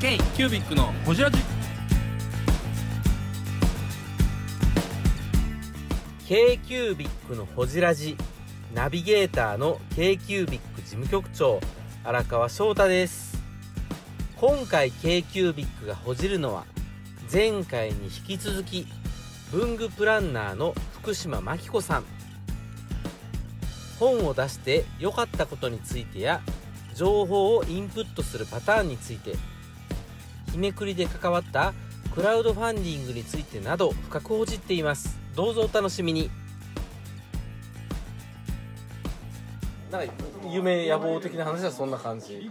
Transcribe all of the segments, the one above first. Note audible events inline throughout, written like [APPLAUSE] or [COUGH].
ケイキュービックのホジラジ k c キュービックのほじラジナビゲーターの k c キュービック事務局長荒川翔太です今回 k c キュービックがほじるのは前回に引き続き文具プランナーの福島真紀子さん本を出して良かったことについてや情報をインプットするパターンについて日めくりで関わったクラウドファンディングについてなど深くほじっていますどうぞお楽しみになんか夢野望的な話はそんな感じ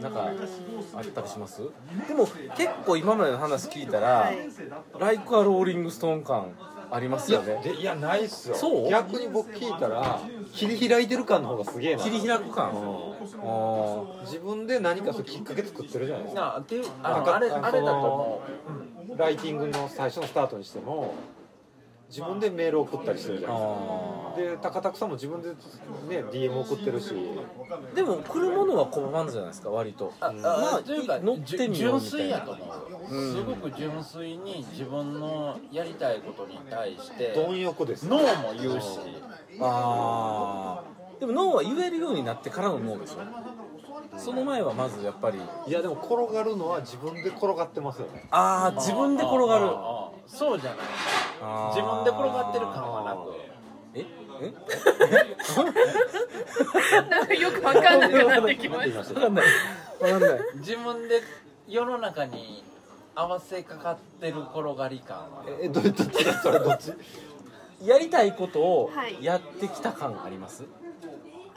なんかあったりしますでも結構今までの話聞いたら「ライク・ア・ローリング・ストーン」感ありますよねでいやないっすよそう逆に僕聞いたら切り開いてる感の方がすげえな切り開く感あー自分で何かそうきっかけ作ってるじゃないですかなっていうなあんのかあれそのあれだと思ライティングの最初のスタートにしても自分でメール送ったりしてるじゃないですあかで高田さんも自分でね DM 送ってるしーでも来るものは拒まんじゃないですか割とうあまああというか乗ってみじゅよう純みたい粋なやと思う、すごく純粋に自分のやりたいことに対して貪欲ですノーも言うしああでも脳は言えるようになってからの脳でしょその前はまずやっぱりいやでも転がるのは自分で転がってますよ [LAUGHS] ねああ自分で転がるあああそうじゃない自分で転がってる感はなくええなんかよくわかんなくなってきました。分かんない分かんない自分で世の中に合わせかかってる転がり感はえどうやってそれどっちやりたいことをはいやってきた感あります、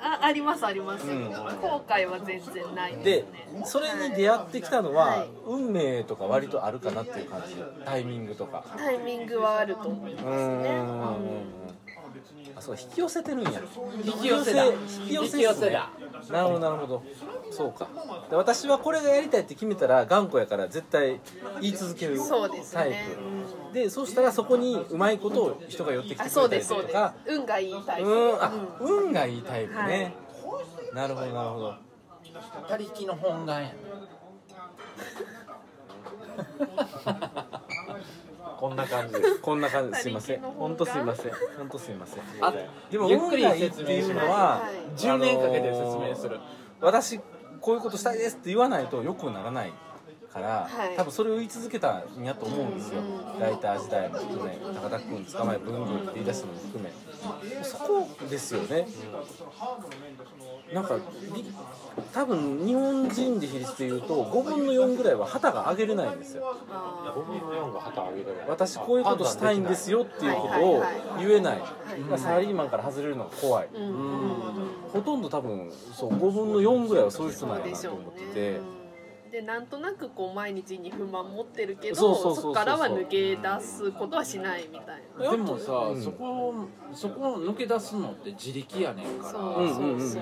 あ、ありますあります。ん後悔は全然ないでですね。それに出会ってきたのは、はい運命とか割とあるかなっていう感じタイミングとかタイミングはあると思いますね。あそう引き寄せてるんや引き寄せだ引き寄せ引き寄せだなるほどなるほどそうかで私はこれがやりたいって決めたら頑固やから絶対言い続けるそうですタイね。うプんでそうしたらそこにうまいことを人が寄ってきてくあ、れそうたでりすそうとですか。運がいいタイうプ。んあうん運がいいタイプね、なるほどなるほど他力の本願やこんな感じですこんな感じすいません他力の本願本当すいません本当すいませんあでもゆっく運りがいいっていうのは、はい10年かけて説明するあのー私こういうことしたいですって言わないと良くならないから、はい多分それを言い続けたんやと思うんですよ、うんライター時代も含め高田君捕まえ文具って言い出したのも含めそこですよね、なんかり多分日本人で比率で言うと5分の4ぐらいは旗が上げれないんですよあゴミの4が旗上げてる私こういうことしたいんですよっていうことを言えないサラリーマンから外れるのが怖い、ーうんうんほとんど多分そう5分の4ぐらいはそういう人なそんうだでなしとょ思っうてね。てうんでなんとなくこう毎日に不満持ってるけどそうそうそうそうこからは抜け出すことはしないみたいなでもさ、んそこをそこを抜け出すのって自力やねんからそううんうんうんそうそう、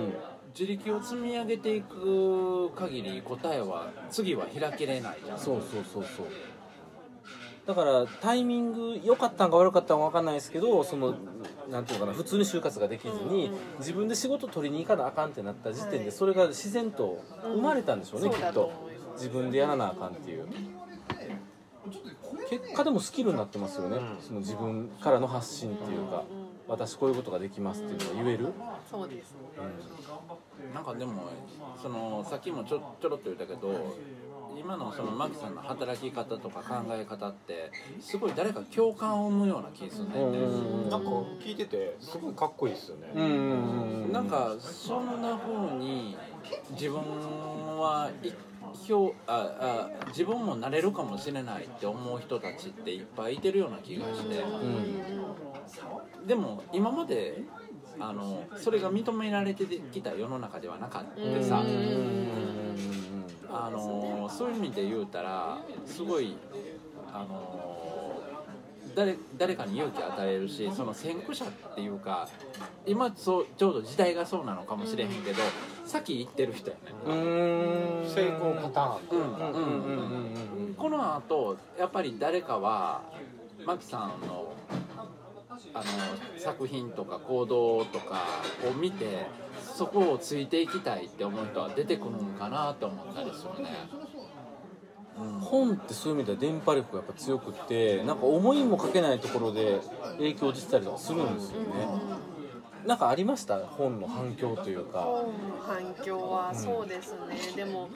自力を積み上げていく限り答えは次は開けれないじゃんそうそうそうそうだからタイミング良かったんか悪かったんか分かんないですけどそのなんていうのかな普通に就活ができずにうんうん自分で仕事取りに行かなあかんってなった時点はでいそれが自然と生まれたんでしょうね、うんきっそうだとと思います自分でやらなあかんっていう結果でもスキルになってますよね、その自分からの発信っていうか、私こういうことができますっていうのが言える、そうですねなんかでもそのさっきもちょちょろっと言ったけど今のそのマキさんの働き方とか考え方ってすごい誰か共感を生むような気するねんね、うんなんか聞いててすごいかっこいいですよね、うんうんうんなんかそんな風に自分は一票ああ自分もなれるかもしれないって思う人たちっていっぱいいてるような気がしてでも今まであのそれが認められてきた世の中ではなかったうんでさうんあのそういう意味で言うたらすごいあの誰誰かに勇気与えるしその先駆者っていうか今そうちょうど時代がそうなのかもしれへんけど先行ってる人やねうーん成功パターンううんんううんんううんんううんんうんこの後やっぱり誰かはマキさんのあの作品とか行動とかを見てそこをついていきたいって思う人は出てくるんかなと思ったりするね本ってそういう意味では電波力がやっぱ強くってなんか思いもかけないところで影響を実たりとかするんですよね、なんかありました本の反響というか、本の反響はそうですね、でも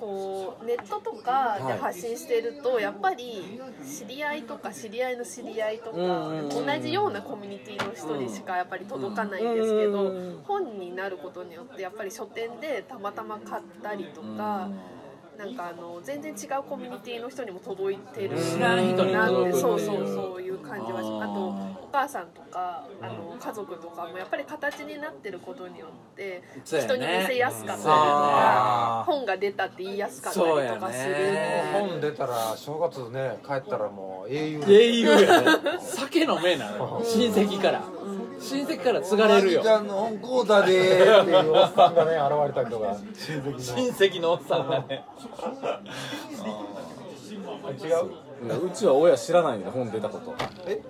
こうネットとかで発信してると、やっぱり知り合いとか知り合いの知り合いとか、うんうんうん同じようなコミュニティの人にしかやっぱり届かないんですけど、うんうんうん本になることによってやっぱり書店でたまたま買ったりとか。なんかあの全然違うコミュニティの人にも届いてる知らん人に届くっていうそうそうそういう感じはしあーあとお母さんとかあの家族とかもやっぱり形になってることによってそうやね人に見せやすかったりとそうやか本が出たって言いやすかったりとかするそうやね本出たら正月ね帰ったらもう英雄英雄やね酒飲めなのよ親戚から親戚から継がれるよおばあちゃんの本講座でーっていうおっさんがね現れたりとか親戚親戚のおっさんがねの違ううんうちは親知らないんで本出たことえ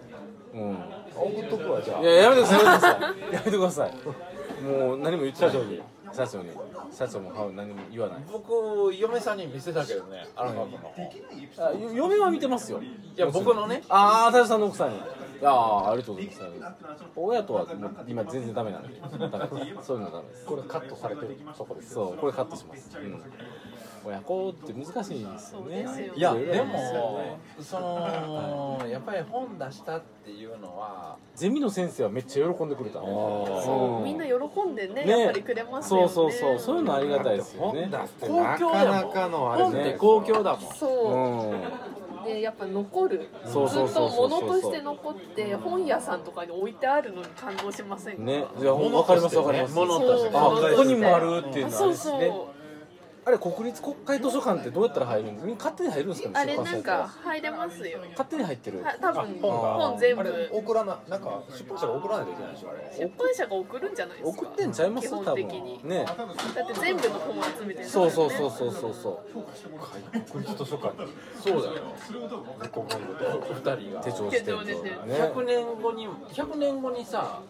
うん送っとくわじゃあいややめてくださいやめてくださいやめてくださいもう何も言ってない社長に社長に社長も多分何も言わない僕嫁さんに見せたけどね荒川君の本いあよ嫁は見てますよいや僕のねああ、田中さんの奥さんに。ああ、ありがとうございます。親とはもう今全然ダメなんで。ダメですそういうのはダメです。これカットされてるそこですそう、これカットします。うん。親子って難しいですよねそうですよ。いやろろでありますよねもそのやっぱり本出したっていうのはゼミの先生はめっちゃ喜んでくれた。そうみんなね喜んでねねやっぱりくれますよそうねそうそう、そういうのありがたいですよね。だって公な共かやなもんかのあれ本じゃっないてですか公共だもんそううでやっぱ残るずっそうそうそうとそうそう物として残って本屋さんとかに置いてあるのに感動しませんかん。ね、いや、ほんわかります、わかります。物そうとしてあ、物としてここにもあるっていうのはあれそうですそう、ね。あれ、国立国会図書館ってどうやったら入るんですか。勝手に入るんですかね。あれ出版さなれんたらか入れますよ勝手に入ってる。た多分本が本全部あれ送らななんか出版社が送らないといけないでしょあれ出版社が送るんじゃないですか送ってんちゃいます基多本分的にねだって全部の本集めてるんだかそらねうそうそうそうそうそう国立図書館にそうだよ猫もいると二人が手帳してる手帳してるとね100年後に100年後にさ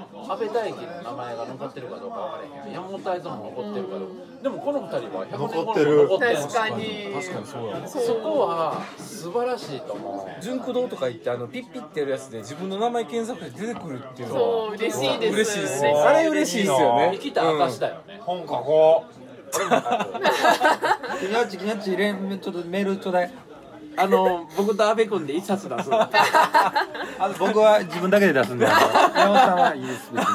安倍大輝の名前が残ってるかどうか分からへんやん山本泰造も残ってるかどうかでもこの二人は100年後にも残ってる確かに確かにそうやわそうそこは素晴らしいと思う純駆動とか言ってあのピッピってやるやつで自分の名前検索で出てくるっていうのはそう嬉しいです嬉しいですね嬉しいあれ嬉しいですよね生きた証だよね、本書こうキナッチキナッチ入れんちょっとメールちょうだいあの僕と阿部君で一冊出すあの僕は自分だけで出すんであの山本さんはいいです別に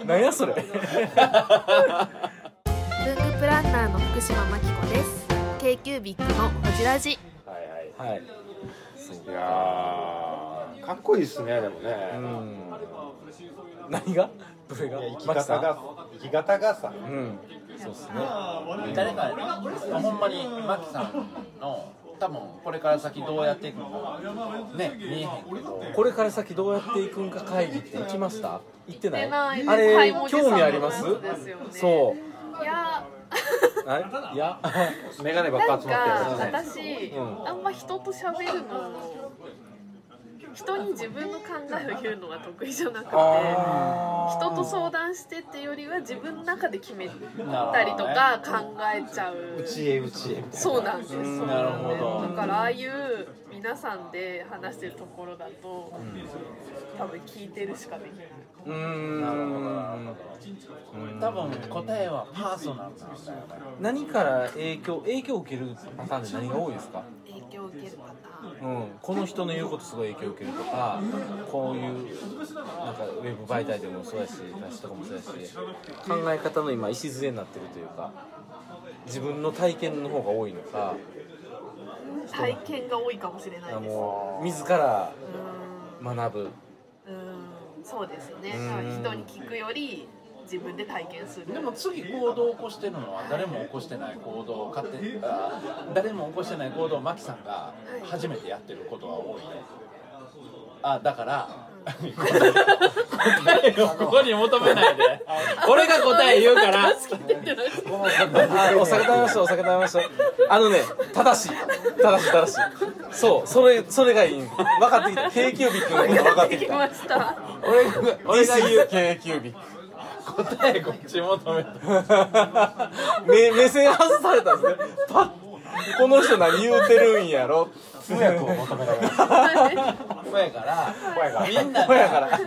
うんなんやそれ文具プランナーの福島真紀子です k キュービックのホジラジはいははいいいやーかっこいいですねでもね、ういん何がどれがや生きマキさ方がん生き方がさうんそうですね誰かほんまにマキさんの多分これから先どうやっていくのかね見えへんけどこれから先どうやっていくんか会議って行きました行ってない行ってないですあはいれもう興味あります実はそうですよねそういやあれい [LAUGHS] や眼鏡ばっなんか集まかってる私、うんあんま人と喋るの人に自分の考えを言うのが得意じゃなくて人と相談してっていうよりは自分の中で決めたりとか考えちゃううちへうちへみたいなそうなんです。そうなんですなるほどだからああいう皆さんで話してるところだと、多分聞いてるしかできない。うーんなるほどなるほど多分答えはパーソナルなんだよね何から影響影響を受けるパターンで何が多いですか、影響を受けるパターン。うん、この人の言うことすごい影響を受けるとかこういうなんかウェブ媒体でもそうやし雑誌とかもそうやし考え方の今礎になってるというか自分の体験の方が多いのか体験が多いかもしれないです。もう自らう学ぶーん、うーん、そうですね。うーん人に聞くより自分で体験する。でも次行動を起こしてるのは誰も起こしてない行動を勝手にあ誰も起こしてない行動をマキさんが初めてやってることが多いねあだから [LAUGHS] 答えをここに求めないで俺が答え言うからあお酒食べましたお酒食べましたあのね正しい正しい正しいそうそれそれがいい分かってき [LAUGHS] た定休日っていうのが分かってききたました。俺が俺が言う k キュービッ答えこっち求めた [LAUGHS] 目目線外されたんですねパッこの人何言うてるんやろ通訳を求められますそうやから怖いからみんなほやかがら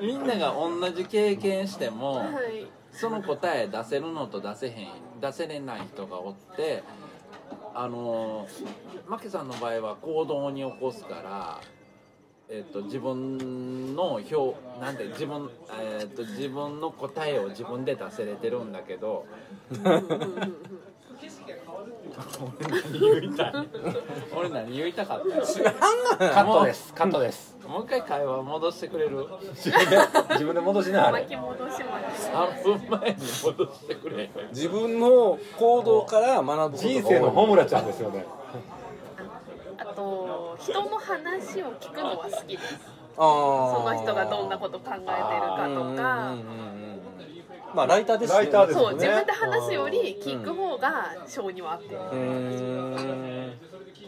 みんなが同じ経験してもはいその答え出せるのと出せへん出せれない人がおってあのーマケさんの場合は行動に起こすから、えっと自分の表なんて自分、えっと自分の答えを自分で出せれてるんだけど俺何言いたかったカットですカットですもう一回会話戻してくれる自分で戻しなあ巻れき戻します3分前に戻してくれ自分の行動から学ぶことが多い人生のホムラちゃんですよねあと人の話を聞くのは好きですあーその人がどんなこと考えてるかとかうんうんうんうんまあライターですよねライターですそうね自分で話すより聞く方が性には合ってるうーん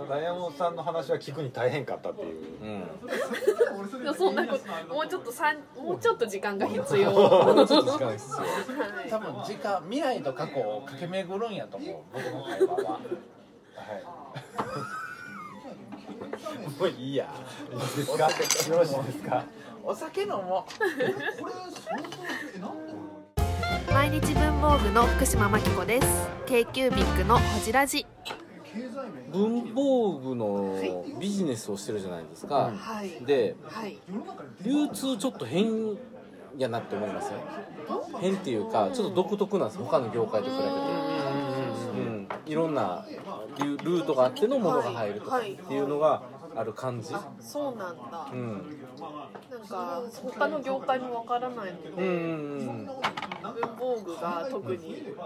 ただ山本さんの話は聞くに大変かったっていううんいやそんなこともうちょっとさんもうちょっと時間が必要もうちょっと時間必多分時間未来と過去を駆け巡るんやと思う僕の会話ははいもういいやいいですかよろしいですかお酒飲もう毎日文房具の福島真紀子です k q ビッグのほじラジ文房具のビジネスをしてるじゃないですか、はいではい流通ちょっと変やなって思いますよ変っていうかちょっと独特なんです他の業界と比べてうんいろんな流ルートがあってのものが入るとかっはいていうのがある感じ、そうなんだうん、なんか他の業界もわからないのうんうでん文房具が特に変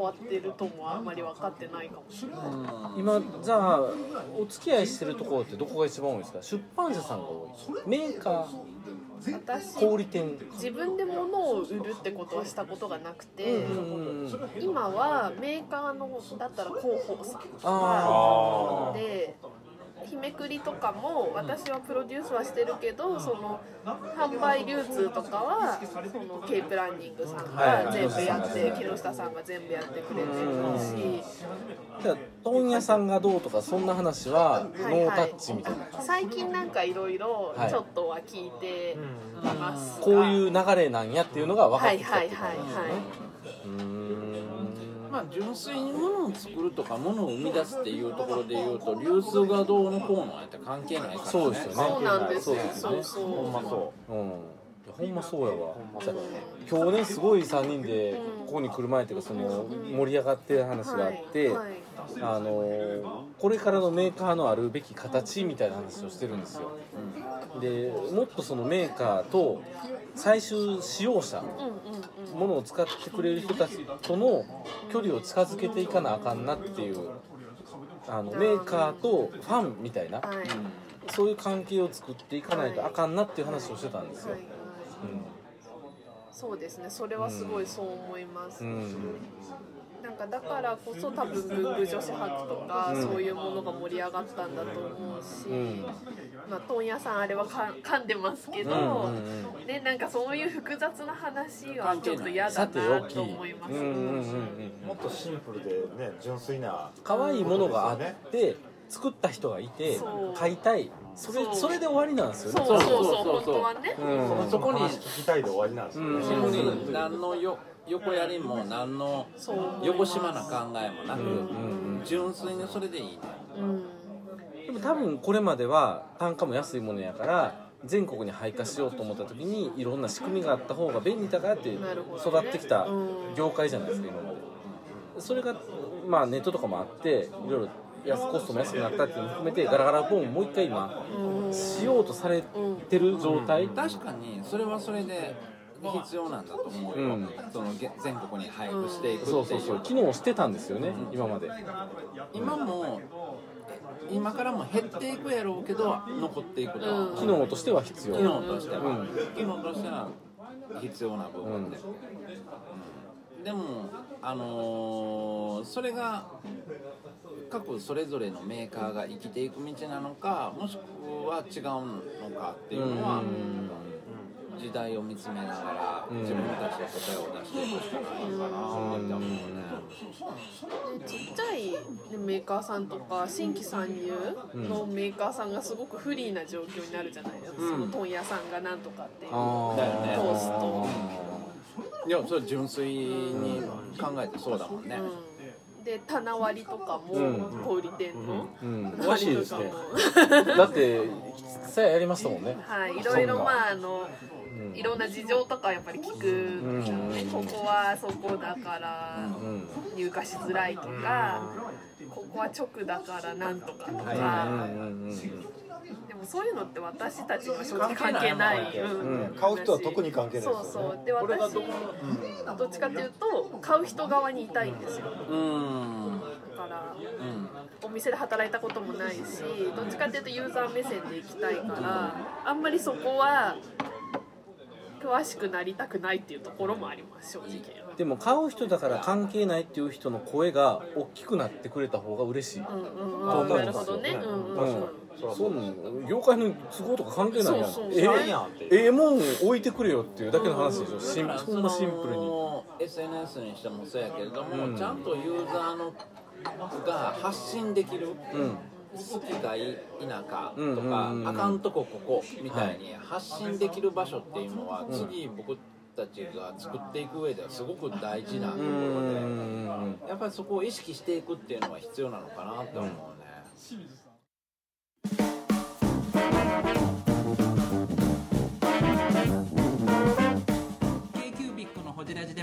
わってるともあんまり分かってないかもしれないうん今じゃあお付き合いしてるところってどこが一番多いですか出版社さんが多いメーカー私小売店自分で物を売るってことはしたことがなくて、うんうん今はメーカーのだったら広報さんあーで日めくりとかも私はプロデュースはしてるけどその販売流通とかはその K プランニングさんが全部やって木下さんが全部やってくれてるし。じゃあ問屋さんがどうとかそんな話ははいはいノータッチみたいな最近なんかいろいろはいちょっとは聞いてますが、こういうう流れなんやっていうのが分かはってきいたっはていこはいとですねはうーんまあ純粋に物を作るとか物を生み出すっていうところで言うと流通がどうのこうのやって関係ないからねそうですよねいそうなんですよそうそうですそうほんまそうんいやほんまそうやわまじそゃうあ今日ねすごい3人でここに来る前っていうかその盛り上がってる話があって、はいはいあのーこれからのメーカーのあるべき形みたいな話をしてるんですよ、でもっとそのメーカーと最終使用者うんうんうんものを使ってくれる人たちとの距離を近づけていかなあかんなっていうあのメーカーとファンみたいなはい、そういう関係を作っていかないとあかんなっていう話をしてたんですはよい、そうですねそれはすごいそう思います、うん、うんなんかだからこそ多分文具女子博とか、うんそういうものが盛り上がったんだと思うし、うんまあ問屋さんあれはかん [LAUGHS] 噛んでますけど、うんうんねなんかそういう複雑な話は関係ちょっとないうん嫌さだておなきと思います、うんうんうんうんうもっとシンプルでね純粋な可愛いものがあって作った人がいてそう買いたいそれそうそれで終わりなんですよそねうそうそうそうそうそう本当はね、うんそこに聞きたいで終わりなんですようんそこねに何のよ横やりも何のそう思います横島な考えもなく、ん純粋にそれでいいねうんでも多分これまでは単価も安いものやから全国に配下しようと思った時にいろんな仕組みがあった方が便利だからって育なるほどってきたうん業界じゃないですか今までそれがまあネットとかもあっていろいろ安コストも安くなったっていうのも含めてガラガラボーンをもう一回今うんしようとされてる状態確かにそれはそれで必要なんだと思うよ、うんそのげ全国に配布していくっていうそうそうそう機能してたんですよね今まで今も今からも減っていくやろうけど残っていくとはうん機能としては必要機能としては、うん機能としては必要な部分で、うんでもあのーそれが各それぞれのメーカーが生きていく道なのかもしくは違うのかっていうのは、うん実時代を見つめながうらん自分たちで答えを出していくしかないのかなって思うねでちっちゃいねメーカーさんとか新規参入のメーカーさんがすごく不利な状況になるじゃないですか、その問屋さんがなんとかっていうあだよね通すと、いやそれ純粋に考えてそうだもんね、うん、で棚割りとかもうん小売店の、うん詳しいですね [LAUGHS] だってさえやりましたもんねはい、いろいろそっかまああのうんいろんな事情とかやっぱり聞く、ねここはそこだからうん入荷しづらいとか、ここは直だからなんとかとか、うんうんうんでもそういうのって私たちには正直関係ない、うんうん買う人は特に関係ないですよそうねそうで私どっちかっていうと買う人側にいたいんですようんだからうんお店で働いたこともないしどっちかっていうとユーザー目線で行きたいからあんまりそこは詳しくなりたくないっていうところもあります正直でも買う人だから関係ないっていう人の声が大きくなってくれた方が嬉しい、うんうんあうんなるほどねなるうほうどんうんうんんそうなの業界の都合とか関係ないやんそうそうえそうなんやんっていうええもん置いてくれよっていうだけの話でしょ、シンだからそんなシンプルにその SNS にしてもそうやけれども、うんちゃんとユーザーのが発信できる、うん好きがい田舎とか、うんうんうんうんあかんとこここみたいに発信できる場所っていうのは、次僕たちが作っていく上ではすごく大事なとこうろで、んやっぱりそこを意識していくっていうのは必要なのかなって思うね、 k キュービックのホジラジで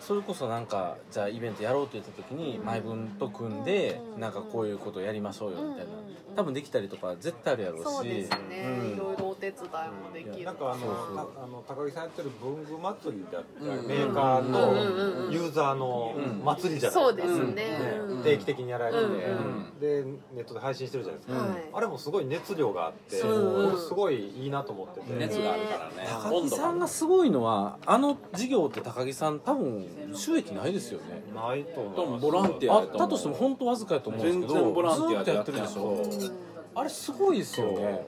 それこそなんかじゃあイベントやろうって言った時に前文と組んでなんかこういうことやりましょうよみたいなうんうんうん多分できたりとか絶対あるやろうしそうですねうんいろいろお手伝いもできるなんかあのそうそうたあの高木さんやってる文具祭りだったり、うんメーカーうんうんうんうのんユーザーのうん祭りじゃないそうでですか、すねねうん定期的にやられてて、うんでネットで配信してるじゃないですか、はいあれもすごい熱量があってそう僕すごいいいなと思ってて、熱があるからね高木温度さんがすごいのはあの事業って高木さん多分収益ないですよねないと多思分うボランティアあやったとしても本当わずかやと思うんですけ全ど然ボランティアずっとでややっっててるでるでししょょあれすごいですよね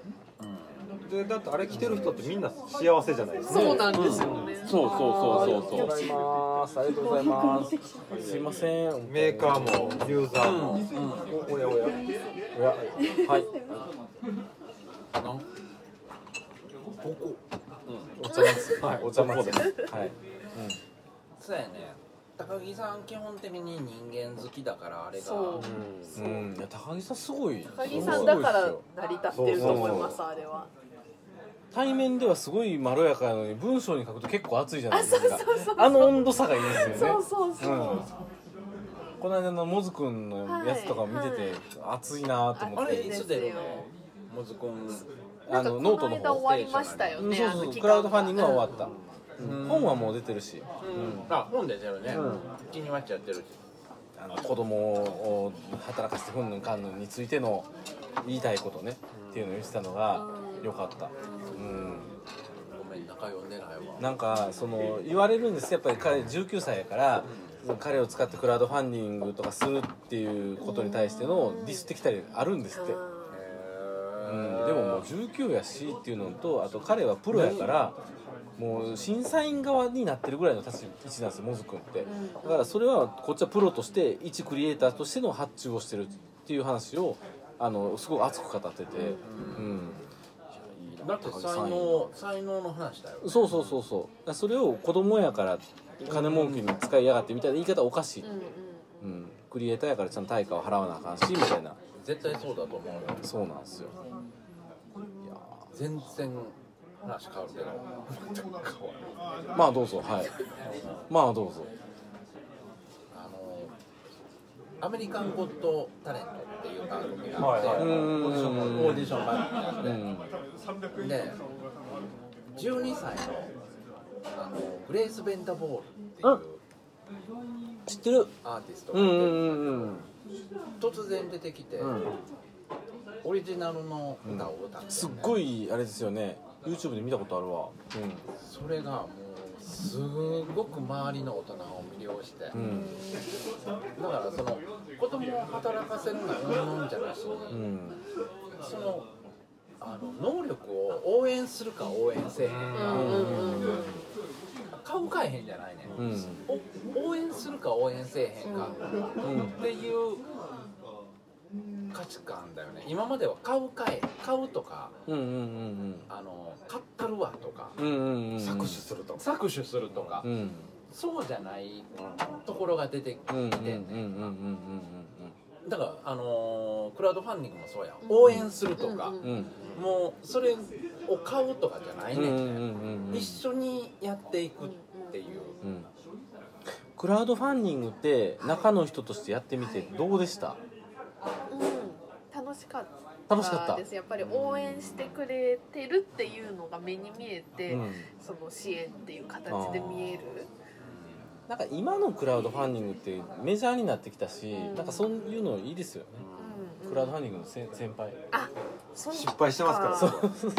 でだってあれ着てる人ってみんな幸せじゃないですかそうなんですよねそうそうそうそうそういますありがとうございますすいませんメーカーもユーザーも、おやおやはいお茶ですはいお邪魔ですはいそうやね高木さん基本的に人間好きだからあれがそううんいや高木さんすごい高木さんだから成り立ってると思いますあれは対面ではすごいまろやかなのに文章に書くと結構熱いじゃないですあかそうそうそうあの温度差がいいですよそうねそうそう、うんこの間のモズくんのやつとか見てて熱いなと思あっれていつ出るのもずくんなんかこの方間終わりましたようんね。そうあそのうそ期う間クラウドファンディングは終わった、本はもう出てるし、あ本出てるね、気になっちゃってるしあの子供を働かせてふんぬんかんぬんについての言いたいことね、っていうのを言ってたのが良かった、うんごめん中読んでないわなんかその言われるんですやっぱり彼19歳やから彼を使ってクラウドファンディングとかするっていうことに対してのディスってきたりあるんですって、うん、でももう19やしっていうのとあと彼はプロやからもう審査員側になってるぐらいの立ち位置なんですよモズ君ってだからそれはこっちはプロとして一クリエイターとしての発注をしてるっていう話をあのすごく熱く語ってて、うん、だって才能才能の話だよそうそうそうそうだからそれを子供やから金儲けに使いやがってみたいな言い方おかしい、うん、クリエイターやからちゃんと対価を払わなあかんしみたいな絶対そうだと思うよそうなんですよ全然話変わるけど [LAUGHS] まあどうぞはいまあどうぞあのアメリカンゴッドタレントっていう番組があって、はいはいうんオーディションもオーディション番組なんで、で12歳のあのグレース・ベンダボールっていう知ってるアーティストがういんて、うんうん突然出てきて、うんオリジナルの歌を歌って、すっごいあれですよね YouTube で見たことあるわそれがもうすごく周りの大人を魅了して、うんだからその子供を働かせるのはうんうんじゃなしに、うんそのあの能力を応援するか応援せえへんうか、んうんうんうん顔変えへんじゃないね、うんお応援するか応援せえへんかうんっていう価値観だよね今までは顔変え買うとかうんうんあの買ったるわとかうんうんうんうん搾取するとか搾取するとか、うんそうじゃないところが出てきて、うんうんうんうんだから、あのークラウドファンディングもそうや応援するとか、うんうんうんうんもうそれを買うとかじゃないね、うんうんうんうん一緒にやっていくっていう、うんクラウドファンディングって中の人としてやってみてどうでしたうん楽しかった楽しかったですやっぱり応援してくれてるっていうのが目に見えて、うんその支援っていう形で見えるなんか今のクラウドファンディングってメジャーになってきたしんなんかそういうのいいですよねうんクラウドファンディングの先先輩失失敗してますからそう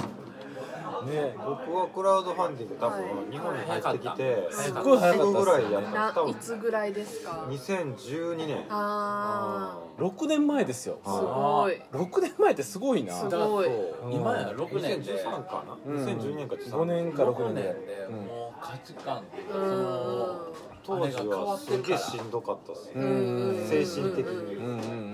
ね僕はクラウドファンディング多はい分日本に入ってきてす早っかったごい早かったぐらっすいやよっねたなんいですつぐらいですか多分2012年あ6年前ですよあすごい6年前ってすごいなすごいだとうん今や6年で2013かな、うん2012年か13 5年か6 6年で年でうんもう価値観っていうかうその当ん時あれが変わはっすてるかげえらしんどかったっすうね、ん精神的に、うんうんうん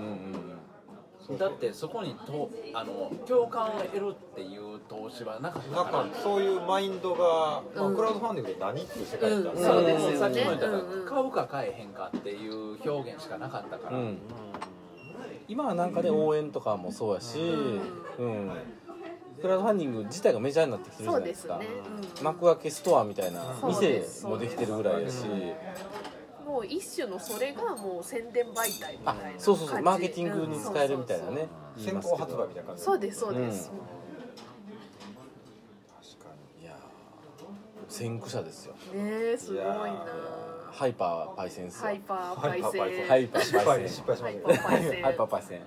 だってそこにとあの共感を得るっていう投資はなかったなんからかそういうマインドが、まあうんクラウドファンディングで何っていう世界だったんうんで、そうですよねさっきも言ったから、うんうん買うか買えへんかっていう表現しかなかったかうら、んうん今はなんかね応援とかもそうやしうんクラウドファンディング自体がメジャーになってきてるじゃそうないでですすかね、うん幕開けストアみたいなそう店ですもできてるぐらいやしもう一種のそれがもう宣伝媒体みたあいな感じそうそうそうマーケティングに使えるみたいなね言い先ます行けど発売みたいな感じそうですそうです、確かいやー先駆者ですよねえすごいないやハイパーパイセンスハイパーパイセンハイパーパイセハイパン失ーパイセ敗失ン敗しましたけどハイパーパイセンハイパーパイセンねいや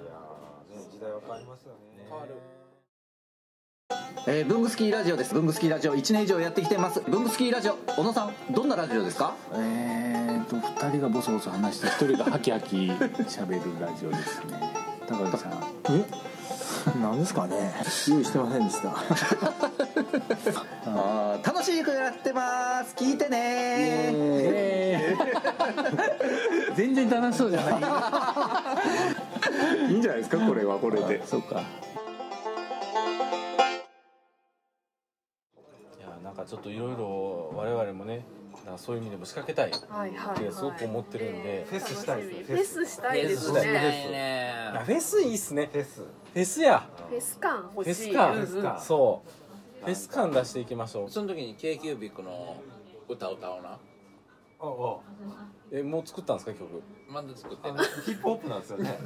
ーね時代は変わりますよねえー、ブングスキーラジオですブングスキーラジオ1年以上やってきてますブングスキーラジオ小野さんどんなラジオですかえーと2人がボソボソ話して1人がハキハキ喋るラジオですね高木さんえなんですかね用意してませんでしたあー楽しい曲やってます聞いてね全然楽しそうじゃないいいんじゃないですかこれはこれでそうかいやーなんかちょっといろいろ我々もねなんかそういう意味でも仕掛けたいはいはい、はい、すごく思ってるんでええフェスしたいですね楽しみフェスしたいフェですスしたねいねあフェスいいっすねフェスフェスやフェス感フ欲ェしスい感うんうんそうフェス感出していきましょうその時に k q b i c の歌歌おうなああえもう作ったんですか曲まだ作ってないヒップホップなんですよね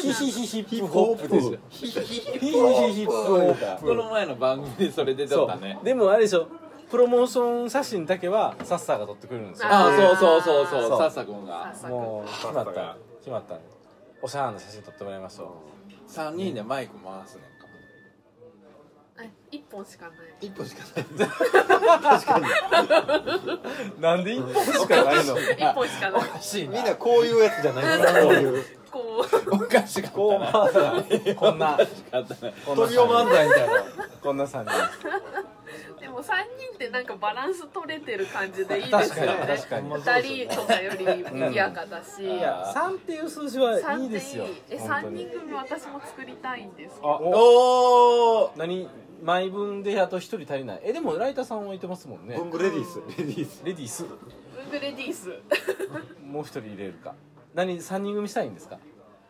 ヒヒヒヒップホップですよヒヒヒヒップホップこの前の番組でそれ出てそたねうでもあれでしょプロモーション写真だけはサッサーが撮ってくれるんですよああそうそうそうあそうそうさっさくんがさもう決まっサッサたが決まったんでおしゃれな写真撮ってもらいましょ3人でマイク回すねんかあ一本しかない一本しかないうんなんで一本しかないの一本しかないおかしみいんななこういうやつじゃないからこういうこ [LAUGHS] おかしかったこうな回す [LAUGHS] なこんなおかしかったねこんなトリオ漫才みたいなこんな3人うでも三人ってなんかバランス取れてる感じでいいで確すかよにね確かに二人とかより賑やかだし、いや3っていう数字はいいですよ三人え本当三に人組私も作りたいんですけどあおお何毎分であと1人足りないえでもライターさんはいてますもんね文具レディースレディースレディースブングレディースもう1人入れるか何3人組したいんですか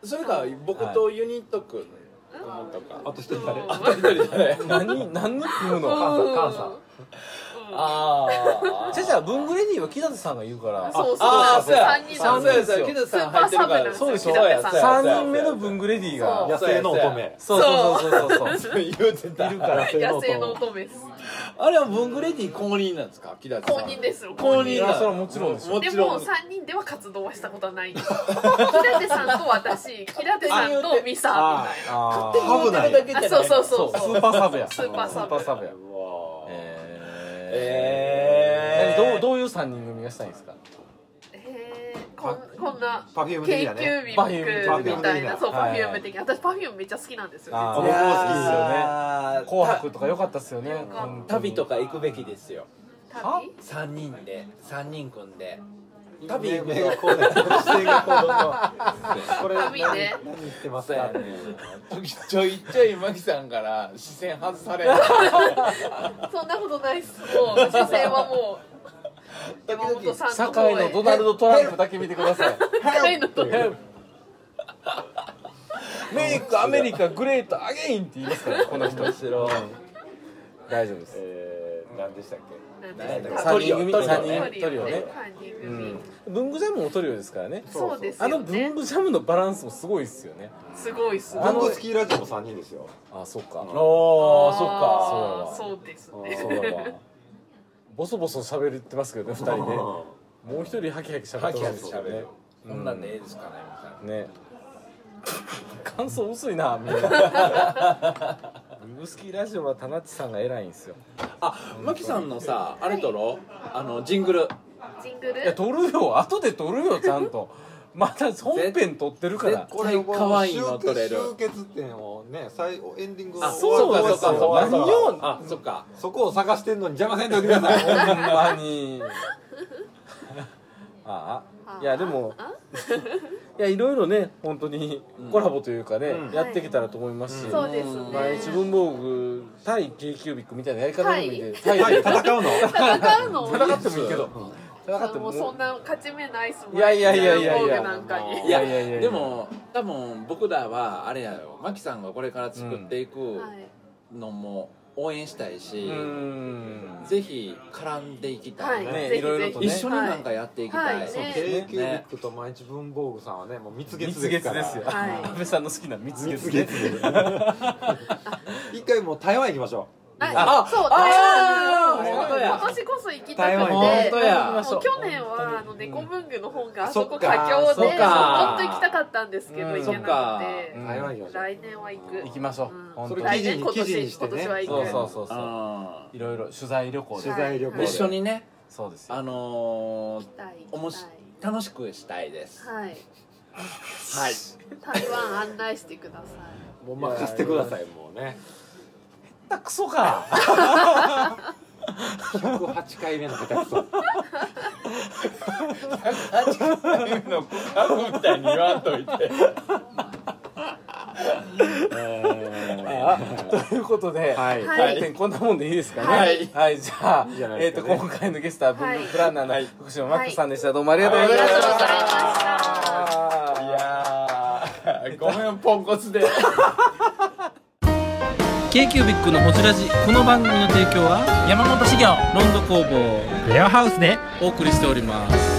それか僕とユニットくん思ったかあと一人誰あ一人誰何何人組むのうん関西関のにああ。じゃじゃ文具レディは木立さんが言うから。そうそうああ、そうや。三人あそうや、そうや。木立スさんーパ入っーてサるかブなんでら。すそうよでしょ。北そう部や、さんそうや。 3人目の文具レディが野生の乙女そうやそうやそうやそうやそうそうそうそう。言うてたいるから性野能生のと乙女ですあれは文具レディ公認なんですか木田さん公認ですよ公認いやだそれはもちろんでしょもでちろもん三人では活動はしたことはないんです平手さんと私平手さんとミサああ。ハブなんやあそうそうそうスそうーパーサブや。スーパーサブスーパーサブや。え何どうどういう三人組がしたいんですか。へーこんこんなパフューム的京な急ねビ Perfume ックみたい的ななそうパはフいューム的な私パフュームめっちゃ好きなんですよあー僕も好きですよねね紅白とか良かったですよね。本当に旅とか行くべきですよ旅3人で3人組んで旅旅行く目がこうね姿勢がこうどんどんこれ旅ね何何言ってますそうかやってねいうちょいちょいマキさんから視線外 [LAUGHS] される [LAUGHS] そんなことないっすもう女性はもう山本さん社の方会へのドナルド・トランプだけ見てください。会のドナル [LAUGHS] メイクアメリカグレートアゲインって言いますからこの人面白い大丈夫ですえー何でしたっけド誰だ3人組トリオ三トリオ人トリオねね三人組文具ジャムもトリオですからねそうですあよのね文具ジャムのバランスもすごいですよねすごいすごいあ文の具好きラジオも三人ですよあそっかあおーそっかそうですねそうだわ [LAUGHS] ボソボソ喋ってますけどね2人でもう一人ハキハキ喋ってますハキハよキ喋ねるこんなんでええですかねみたいなね感想薄いなみんな文具好きラジオは田中さんが偉いんですよあマキさんのさあれとろあのジングルジングルいや撮るよ後で撮るよちゃんとまた本編撮ってるからこれ可愛いの撮れる終結終結点をね最後エンディングをあそうだ終わそるうか終わるそうか何をあそっかそこを探してんのに邪魔せんといてくださいほんまにああいやでもいやいろいろね本当にコラボというかね、うんやってきたらと思いますし、そうですね毎日文房具対 k キュービックみたいなやり方でもいいんで、はい対戦うの戦うの戦ってもいいけど、戦ってももうそんな勝ち目ないっすもんいやいやいやいやいや文房具なんかにいやいやいやいやでも多分僕らはあれやよマキさんがこれから作っていくはいのも応援したいし、うーんぜひ絡んでいきたい、はいねぜひぜひいろいろとね一緒になんかやっていきたい、はいはいね k キュービックと毎日文房具さんはねもう蜜月蜜で月すかでらすよ、はい安倍さんの好きな蜜月蜜で月で一回もう台湾行きましょあそうあ台湾本当や今年こそ行きたくて台湾本当やもう去年はあの猫文具の本があそそこっか佳境でそっ本か当行きたかったんですけどうん行けなうく台湾行きてましょう来年は行く行きましょううん本当それに記来事年に今記事年にして今ね年は行くそうそうそうそうあいろいろ取材旅行で取材旅行はーい一緒にねそうですよあのー行きたい行きたいおもし楽しくしたいですはいはい台湾案内してくださうもう任せてくださいもうねあクソか108回目の下手くそみたいに言わんといてあということで、はいはい本編こんなもんでいいですかね。はいじゃあ、いいじゃないえっ、ですとかね今回のゲストは文具プランナーの、はい福島マックさんでした。どうもありがとうございまいありしがた。とうございましたいやーごめんポンコツで k q b i c のホジラジこの番組の提供は山本資源ロンド工房レアハウスでお送りしております。